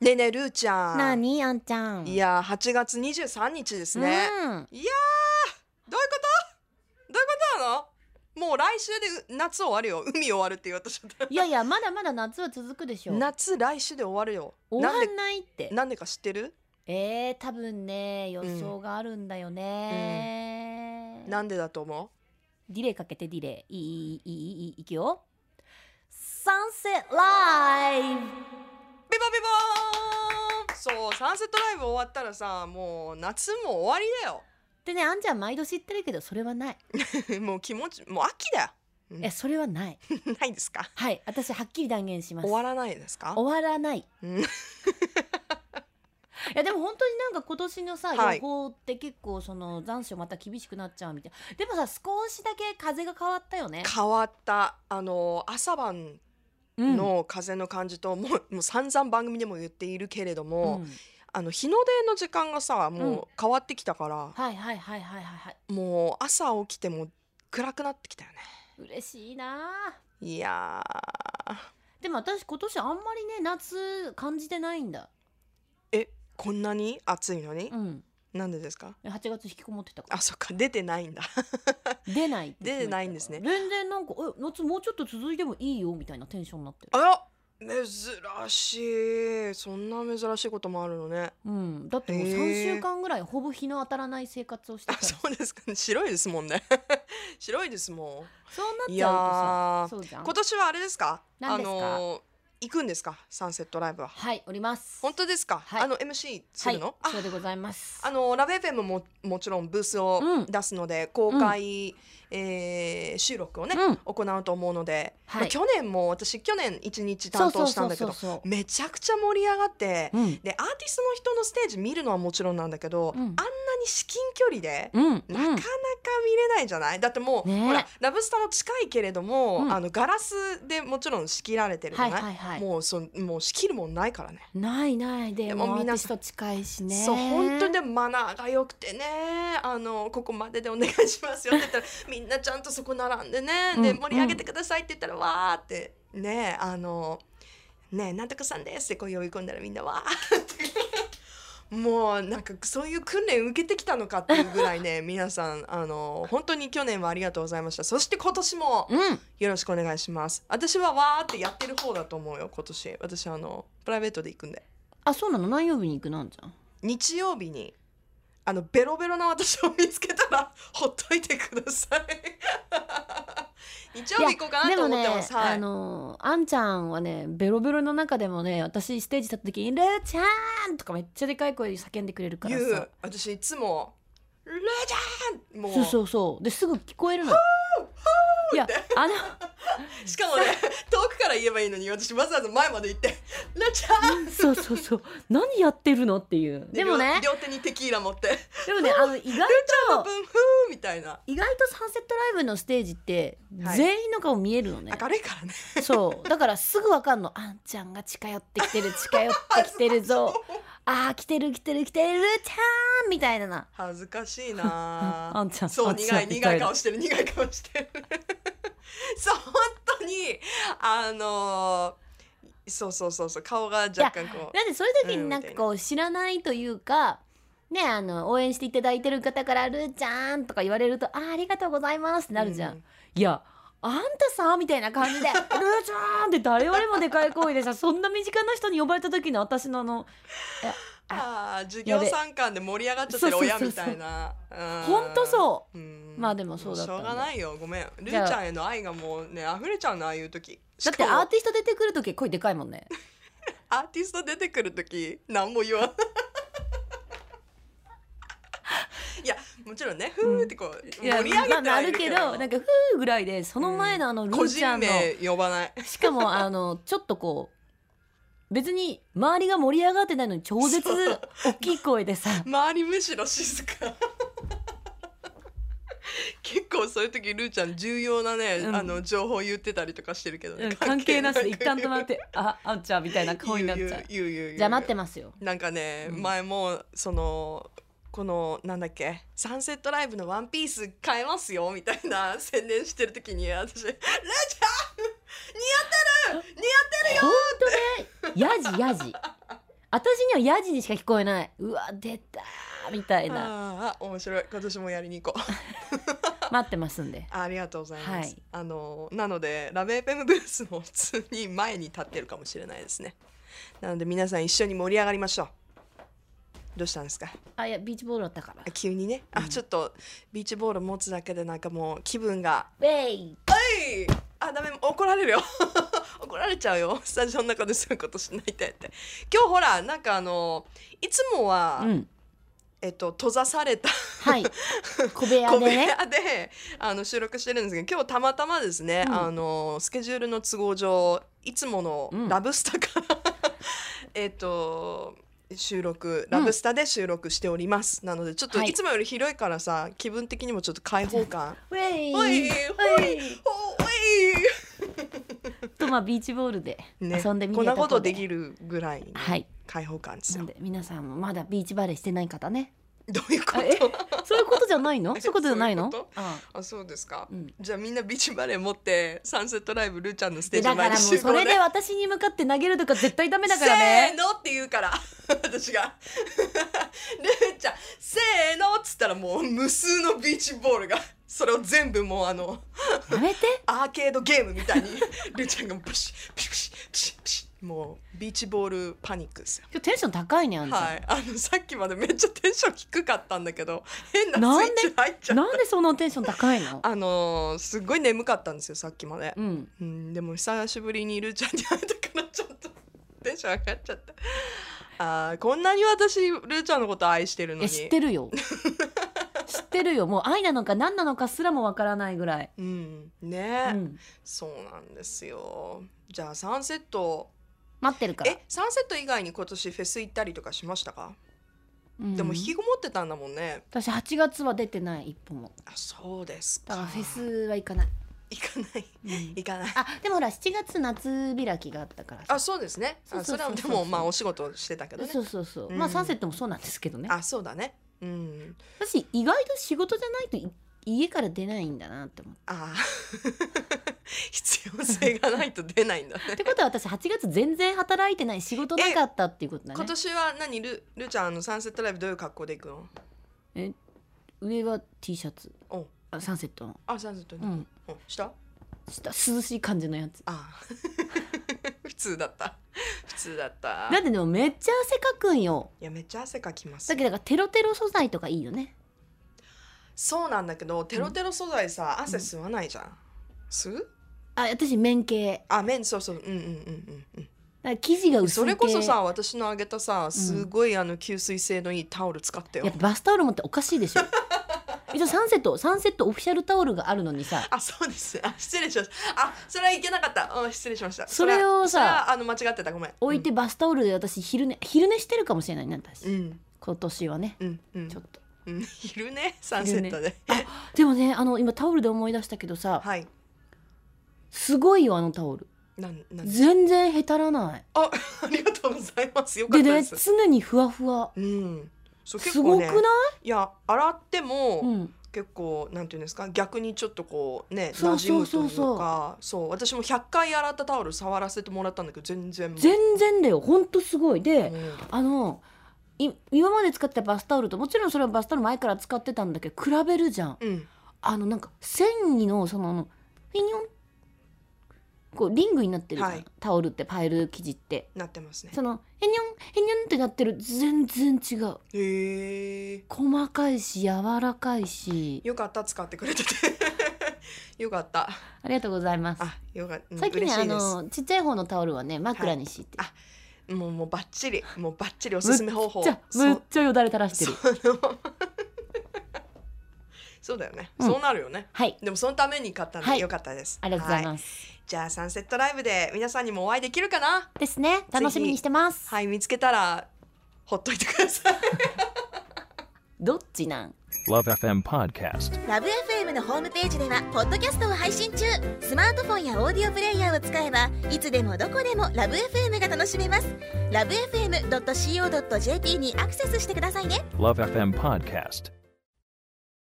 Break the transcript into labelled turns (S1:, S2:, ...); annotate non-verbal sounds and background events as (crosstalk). S1: でねるーちゃん
S2: なにあんちゃん
S1: いやー8月23日ですね、
S2: うん
S1: いやーどういうことどういうことなのもう来週で夏終わるよ海終わるって言われた瞬間
S2: いやいやまだまだ夏は続くでしょ
S1: 夏来週で終わるよ
S2: 終わ
S1: なんで
S2: んないって
S1: なんでか知ってる
S2: えー、多分ね予想があるんだよね、
S1: なんでだと思
S2: ディレイかけてディレイいいいいいいいいいいくよサンセットライブ
S1: うビバビバーンそうサンセットライブ終わったらさもう夏も終わり
S2: でねあんちゃん毎年言ってるけどそれはない
S1: だよもう気持ちもう秋だうん
S2: えそれはない
S1: よないですか
S2: はい私はっきり断言します
S1: 終わらないですか
S2: 終わら (laughs) ないい
S1: うん
S2: やでも本当になんか今年のさ、
S1: はい
S2: 予報って結構その残暑また厳しくなっちゃうみたいでもさ少しだけ風が変わったよね
S1: 変わったあの朝晩
S2: うん
S1: の風の感じと、もうもう散々番組でも言っているけれど
S2: う
S1: も、
S2: ん
S1: あの日の出の時間がさ
S2: うん
S1: もう変わってきたから、
S2: はいはいはいはいはいはい
S1: もう朝起きても暗くなってきたよね
S2: 嬉しいなあ
S1: いやー
S2: でも私今年あんまりね夏感じてないんだ
S1: えこんなに暑いのに、
S2: うん
S1: なんでですか (laughs)
S2: 8月引きこもってたか
S1: あ
S2: ら
S1: そっか出てないん
S2: (laughs)
S1: だ
S2: 出ないって
S1: 出てないんですね
S2: 全然なんかえ夏もうちょっと続いてもいいよみたいなテンションになってる
S1: あら珍しいそんな珍しいこともあるのね
S2: うんだってもう
S1: へえ
S2: 3週間ぐらいほぼ日の当たらない生活をして
S1: あ
S2: たから
S1: そうですかね (laughs) 白いですもんね (laughs) 白いですも
S2: そうなっ
S1: んい
S2: ちゃ
S1: や
S2: うとさ
S1: ー
S2: そうじゃん
S1: 今年はあれですか
S2: 何ですか
S1: あのー行くんですかサンセットライブは
S2: はいおります
S1: 本当ですか、
S2: はい
S1: あの MC す
S2: は
S1: る
S2: い
S1: の、あ
S2: そうでございます
S1: あのラブ FM ももちろんブースを
S2: うん
S1: 出すので、公開、えー収録をね、
S2: うん
S1: 行うと思うので、
S2: はい
S1: まあ去年も私去年一日
S2: そ
S1: 担
S2: うそ
S1: 当
S2: う
S1: した
S2: そ
S1: ん
S2: う
S1: だけ
S2: そう
S1: ど
S2: そ
S1: めちゃくちゃ盛り上がって、
S2: ううん
S1: でアーティストの人のステージ見るのはもちろんなんだけど、
S2: うん
S1: あんなに至近距離で。
S2: うん
S1: なかなか見れないじゃないだってもう、
S2: ねえ
S1: ほらラブスタも近いけれども、
S2: うん
S1: あのガラスでもちろん仕切られてるじゃ
S2: はい
S1: ない、
S2: はいはい
S1: もうそんもう仕切るもんないからね
S2: ないないで
S1: で
S2: も
S1: も
S2: うアーティ
S1: 皆
S2: ス
S1: さ
S2: ト近いしね
S1: そう本当にでもマナーが良くてねあのここまででお願いしますよって言
S2: (laughs)
S1: ったらみんなちゃんとそこ並んでね、
S2: う
S1: で
S2: ん
S1: 盛り上げてくださいって言ったら、わーってねあのねなんとかさんですってこう呼び込んだらみんなわーって (laughs) もうなんかそういう訓練受けてきたのかっていうぐらい
S2: (laughs)
S1: ね皆さんあの本当に去年はありがとうございましたそして今年も
S2: うん
S1: よろしくお願いします私はわーってやってる方だと思うよ今年私あのプライベートで行くんで。
S2: あそうなの何曜日に行くなんじゃん
S1: 日曜日にあのベロベロな私を見つけたら (laughs) ほっとい (laughs) てください日曜日行こうかなと思ってます、
S2: でもね、
S1: はい
S2: あのあんちゃんはねベロベロの中でもね私ステージ立った時に「ルーちゃん!」とかめっちゃでかい声で叫んでくれるから
S1: 言
S2: さ
S1: う私いつも「ルーちゃん!」もう
S2: そうそうそうですぐ聞こえるのいやあの
S1: しかもね (laughs) 遠くから言えばいいのに私わざわざ前まで行って (laughs) 「ルーちゃん!
S2: そうそうそう何やってるのっていう」でもね
S1: 両両手にテキーラ持って
S2: でもねあの意
S1: 「ブ
S2: 外
S1: ン
S2: と
S1: フー!」みたいな
S2: 意外とサンセットライブのステージって
S1: はい
S2: 全員の顔見えるのね、
S1: 明るいからね
S2: そうだからすぐわかんのあんちゃんが近寄ってきてる近寄ってきてるぞあー来てる来てる来てるルーちゃんみたいな
S1: 恥ずかしい
S2: あ
S1: な
S2: (laughs) あんちゃん
S1: そ
S2: あ
S1: うん
S2: ちゃ
S1: 苦
S2: ん
S1: い
S2: みた
S1: 苦
S2: い
S1: い
S2: な
S1: 顔してる苦い顔してる (laughs) そう本当にあのーそうそうそうそう顔が若干こ
S2: なんでそういう時になんかこう知らないというか、ねあの応援していただいてる方から「るーちゃん」とか言われると「あーありがとうございます」って
S1: う
S2: なるじゃん。
S1: う
S2: いやあんたさみたいな感
S1: (laughs)
S2: じで「るーちゃん」って誰よりもでかい声でさそんな身近な人に呼ばれた時の私のあの
S1: ああ授
S2: や
S1: 業
S2: べ
S1: 参観で盛り上がっちゃってる
S2: そうそう
S1: 親
S2: そうそう
S1: みたいな
S2: 本当そ
S1: うんうん
S2: まあでもそうだったんだ
S1: しょうがないよごめんルー
S2: じゃあ
S1: ちゃんへの愛がもうね溢れちゃうなああいう時
S2: うだって
S1: しかも
S2: アーティスト出てくる時声でかいもんね。
S1: アーティスト出てくる時何も言
S2: (laughs)
S1: わないいやもちろんねふーってこう盛
S2: い
S1: り上げてはいるけど,、
S2: まあなるけどなんか「ふー」ぐらいでその前のあのル
S1: 個
S2: ーちゃ
S1: 人
S2: んの、
S1: 名呼ばない
S2: しかもあのちょっとこう別に周りが盛り上がってないのに超絶
S1: そう
S2: 大きい声でさ
S1: 周りむしろ静か (laughs) 結構そういう時ルーちゃん重要なね、
S2: うん
S1: あの情報言ってたりとかしてるけどね、
S2: うん関係なしで一旦止ま
S1: っ
S2: って「ああんちゃん」みたいな顔になっちゃう
S1: 言う言う言う言う
S2: じゃあ待ってますよ
S1: なんかね、
S2: うん
S1: 前もそのこのなんだっけサンセットライブのワンピース買えますよみたいな宣伝してる時に私「ルーちゃん似合ってる似合ってるよ!」
S2: 本当ねやじやじ私にはヤジにしか聞こえないうわ出たーみたいな
S1: ああ面白い今年もやりに行こう
S2: 待ってますんで
S1: あありがとうございます、
S2: はい
S1: あのなのでラベーペムブースも普通に前に立ってるかもしれないですねなので皆さん一緒に盛り上がりましょうどうしたんですか
S2: あいやビーチボールだったから
S1: あ急にねあ、
S2: うん
S1: ちょっとビーチボール持つだけでなんかもう気分が
S2: ウェイ
S1: はいあダメ怒られるよ (laughs) 怒られちゃうよスタジオの中でそういうことしないでって今日ほらなんかあのいつもは、
S2: うん
S1: えっと閉ざされた
S2: はい小部屋
S1: 小
S2: で
S1: 部屋
S2: ね
S1: であの収録してるんですけど今日たまたまですね、
S2: うん
S1: あのスケジュールの都合上いつもの
S2: うん
S1: ラブスタから、 (laughs) えっと収録ラブスタで収録しております、なのでちょっと
S2: はい
S1: いつもより広いからさ、気分的にもちょっと開放感
S2: ウェイ
S1: ほい
S2: ウ
S1: ほい
S2: ェイ
S1: おい
S2: とまあビーチボールで
S1: ね、
S2: 遊んでみ
S1: こん
S2: て
S1: なことで
S2: る
S1: きるぐらいに
S2: はい
S1: 開放感ですよ
S2: なん。で皆さんもまだビーチバレーしてない方ね
S1: どういうこ
S2: あえ
S1: と？
S2: そういうことじゃないの
S1: (laughs) え
S2: そういうことじゃないの
S1: そういうこ
S2: あ
S1: あ、そうですか
S2: あう。ん
S1: じゃあみんなビーチバレー持ってサンセットライブルーちゃんのステ
S2: で
S1: ージ
S2: だから
S1: 前
S2: もう
S1: に集
S2: そ
S1: 合
S2: れで
S1: ね。
S2: 私に向かって投げるとか絶対ダメだから
S1: せ
S2: ね
S1: ーのって言うから私がルーちゃんせーのっつったらもう無数のビーチボールがそれを全部もうあの
S2: やめて
S1: アーケードゲームみたいにルーちゃんがプシュピクシュピシュピシュもうビーチボールパニックですよ
S2: 今日テンション高いねあんちゃん、
S1: はい、あのさっきまでめっちゃテンション低かったんだけど変な
S2: なん
S1: スイ
S2: で
S1: ッチ入っちゃった
S2: (laughs) なんでそんなテンション高いの
S1: あのーすっごい眠かったんですよさっきまで、
S2: うん
S1: うん、でも久しぶりにルーちゃんに会えたからちょっとテンション上がっちゃったあーこんなに私ルーちゃんのこと愛してるの
S2: いや
S1: に
S2: 知って
S1: (laughs)
S2: るよ知ってるよもう愛なのか何なのかすらもわからないぐらい、
S1: うんね
S2: う
S1: え、
S2: ん、
S1: そうなんですよじゃあサンセット
S2: 待ってるから
S1: えサンセット以外に今年フェス行ったりとかしましたか、
S2: うん
S1: でも引きこもってたんだもんね
S2: 私8月は出てない一歩も
S1: あそうです
S2: だ
S1: か
S2: からフェスは行かない、
S1: 行かない
S2: うん
S1: 行かない
S2: あでもほら7月夏開きがあったからさ
S1: あそうですねあ
S2: そ
S1: そうれ
S2: そう
S1: は
S2: そう
S1: で
S2: そう
S1: もまあお仕事してたけどね
S2: そうそうそう、
S1: うん
S2: まあサンセットもそうなんですけどね
S1: あそうだねうん
S2: 私意外と仕事じゃないとい家から出ないんだなって思って
S1: あー (laughs) 必要性がないと出ないんだね
S2: ってことは私8月全然働いてない仕事なかったっていうことだ
S1: 今
S2: ね
S1: 年は何ルルちゃんあのサンセットライブどういう格好で行くの
S2: 上は T シャツ
S1: お
S2: あサンセットの
S1: あサンセットに、
S2: う
S1: うんした
S2: 下涼しい感じのやつ
S1: あー (laughs) 普通だった普通だった
S2: だってでもめっちゃ汗かくんよ
S1: いやめっちゃ汗かきます
S2: だけどだからテロテロ素材とかいいよね
S1: そうなんだけどテロテロ素材さ、汗吸わないじゃん吸う
S2: あ私綿系
S1: あ麺そうそううんうんうんうんうん
S2: だから生地が薄い系
S1: それこそさ私のあげたさすごいあの吸水性のいいタオル使ってよ、
S2: やっぱバスタオル持っておかしい
S1: (laughs)
S2: でしょ一応サンセットサンセットオフィシャルタオルがあるのにさ
S1: あそうですあ失礼しましたあそれはいけなかった、うん、失礼しました
S2: それをさ
S1: それはあの間違ってたごめん
S2: 置いてバスタオルで私昼寝昼寝してるかもしれないね私、
S1: うん
S2: 今年はね
S1: うんうん
S2: ちょっと
S1: うん昼寝サンセットで、
S2: でもねあの今タオルで思い出したけどさ
S1: はい
S2: すごいよあのタオル
S1: なんなん
S2: 全然へたらない
S1: あありがとうございますよか
S2: で
S1: ったで
S2: ね
S1: す
S2: 常にふわふわ
S1: うんそう
S2: す
S1: 結
S2: ご
S1: 構
S2: くな
S1: ね
S2: い、
S1: いや洗っても、
S2: うん、
S1: 結構なんていうんですか逆にちょっとこうね
S2: そう
S1: 馴染
S2: そう
S1: むと
S2: そ
S1: いううか
S2: そう
S1: そう私も100回洗ったタオル触らせてもらったんだけど全然もう
S2: 全然だよほんとすごいで、
S1: うん
S2: あのい今まで使ってたバスタオルともちろんそれはバスタオル前から使ってたんだけど比べるじゃん
S1: うん
S2: あのなんか繊維のそのあのフィニョンこうリングになってるじゃん、
S1: はい
S2: タオルってパイル生地って
S1: なってますね
S2: そのヘニョンヘニョンってなってる全然違う
S1: へえ
S2: 細かいし柔らかいし
S1: よかった使ってくれて (laughs) てよかった
S2: ありがとうございます
S1: あよかった、うん
S2: 最近ね
S1: 嬉し
S2: あ
S1: いです
S2: のちっちゃい方のタオルはね枕に敷いて、
S1: はいもうもうバッチリもうバッチリおすすめ方法
S2: じゃあ
S1: そ
S2: むっ
S1: う
S2: ちゃよだれ垂らしてる
S1: その (laughs) そうだよね、
S2: うん
S1: そうなるよね
S2: はい
S1: でもそのために買ったんで、
S2: はい
S1: よかったです
S2: ありがとうござい
S1: は
S2: ます、
S1: じゃあサンセットライブで皆さんにもお会いできるかな
S2: ですね楽しみにしてます、
S1: はい見つけたらほっといてください
S2: どっちなん
S3: Love FM Podcast.
S4: ラブ f m のホームページではポッドキャストを配信中スマートフォンやオーディオプレイヤーを使えばいつでもどこでもラブ f m が楽しめますラブ FM.co.jp にアクセスしてくださいね
S3: Love FM Podcast.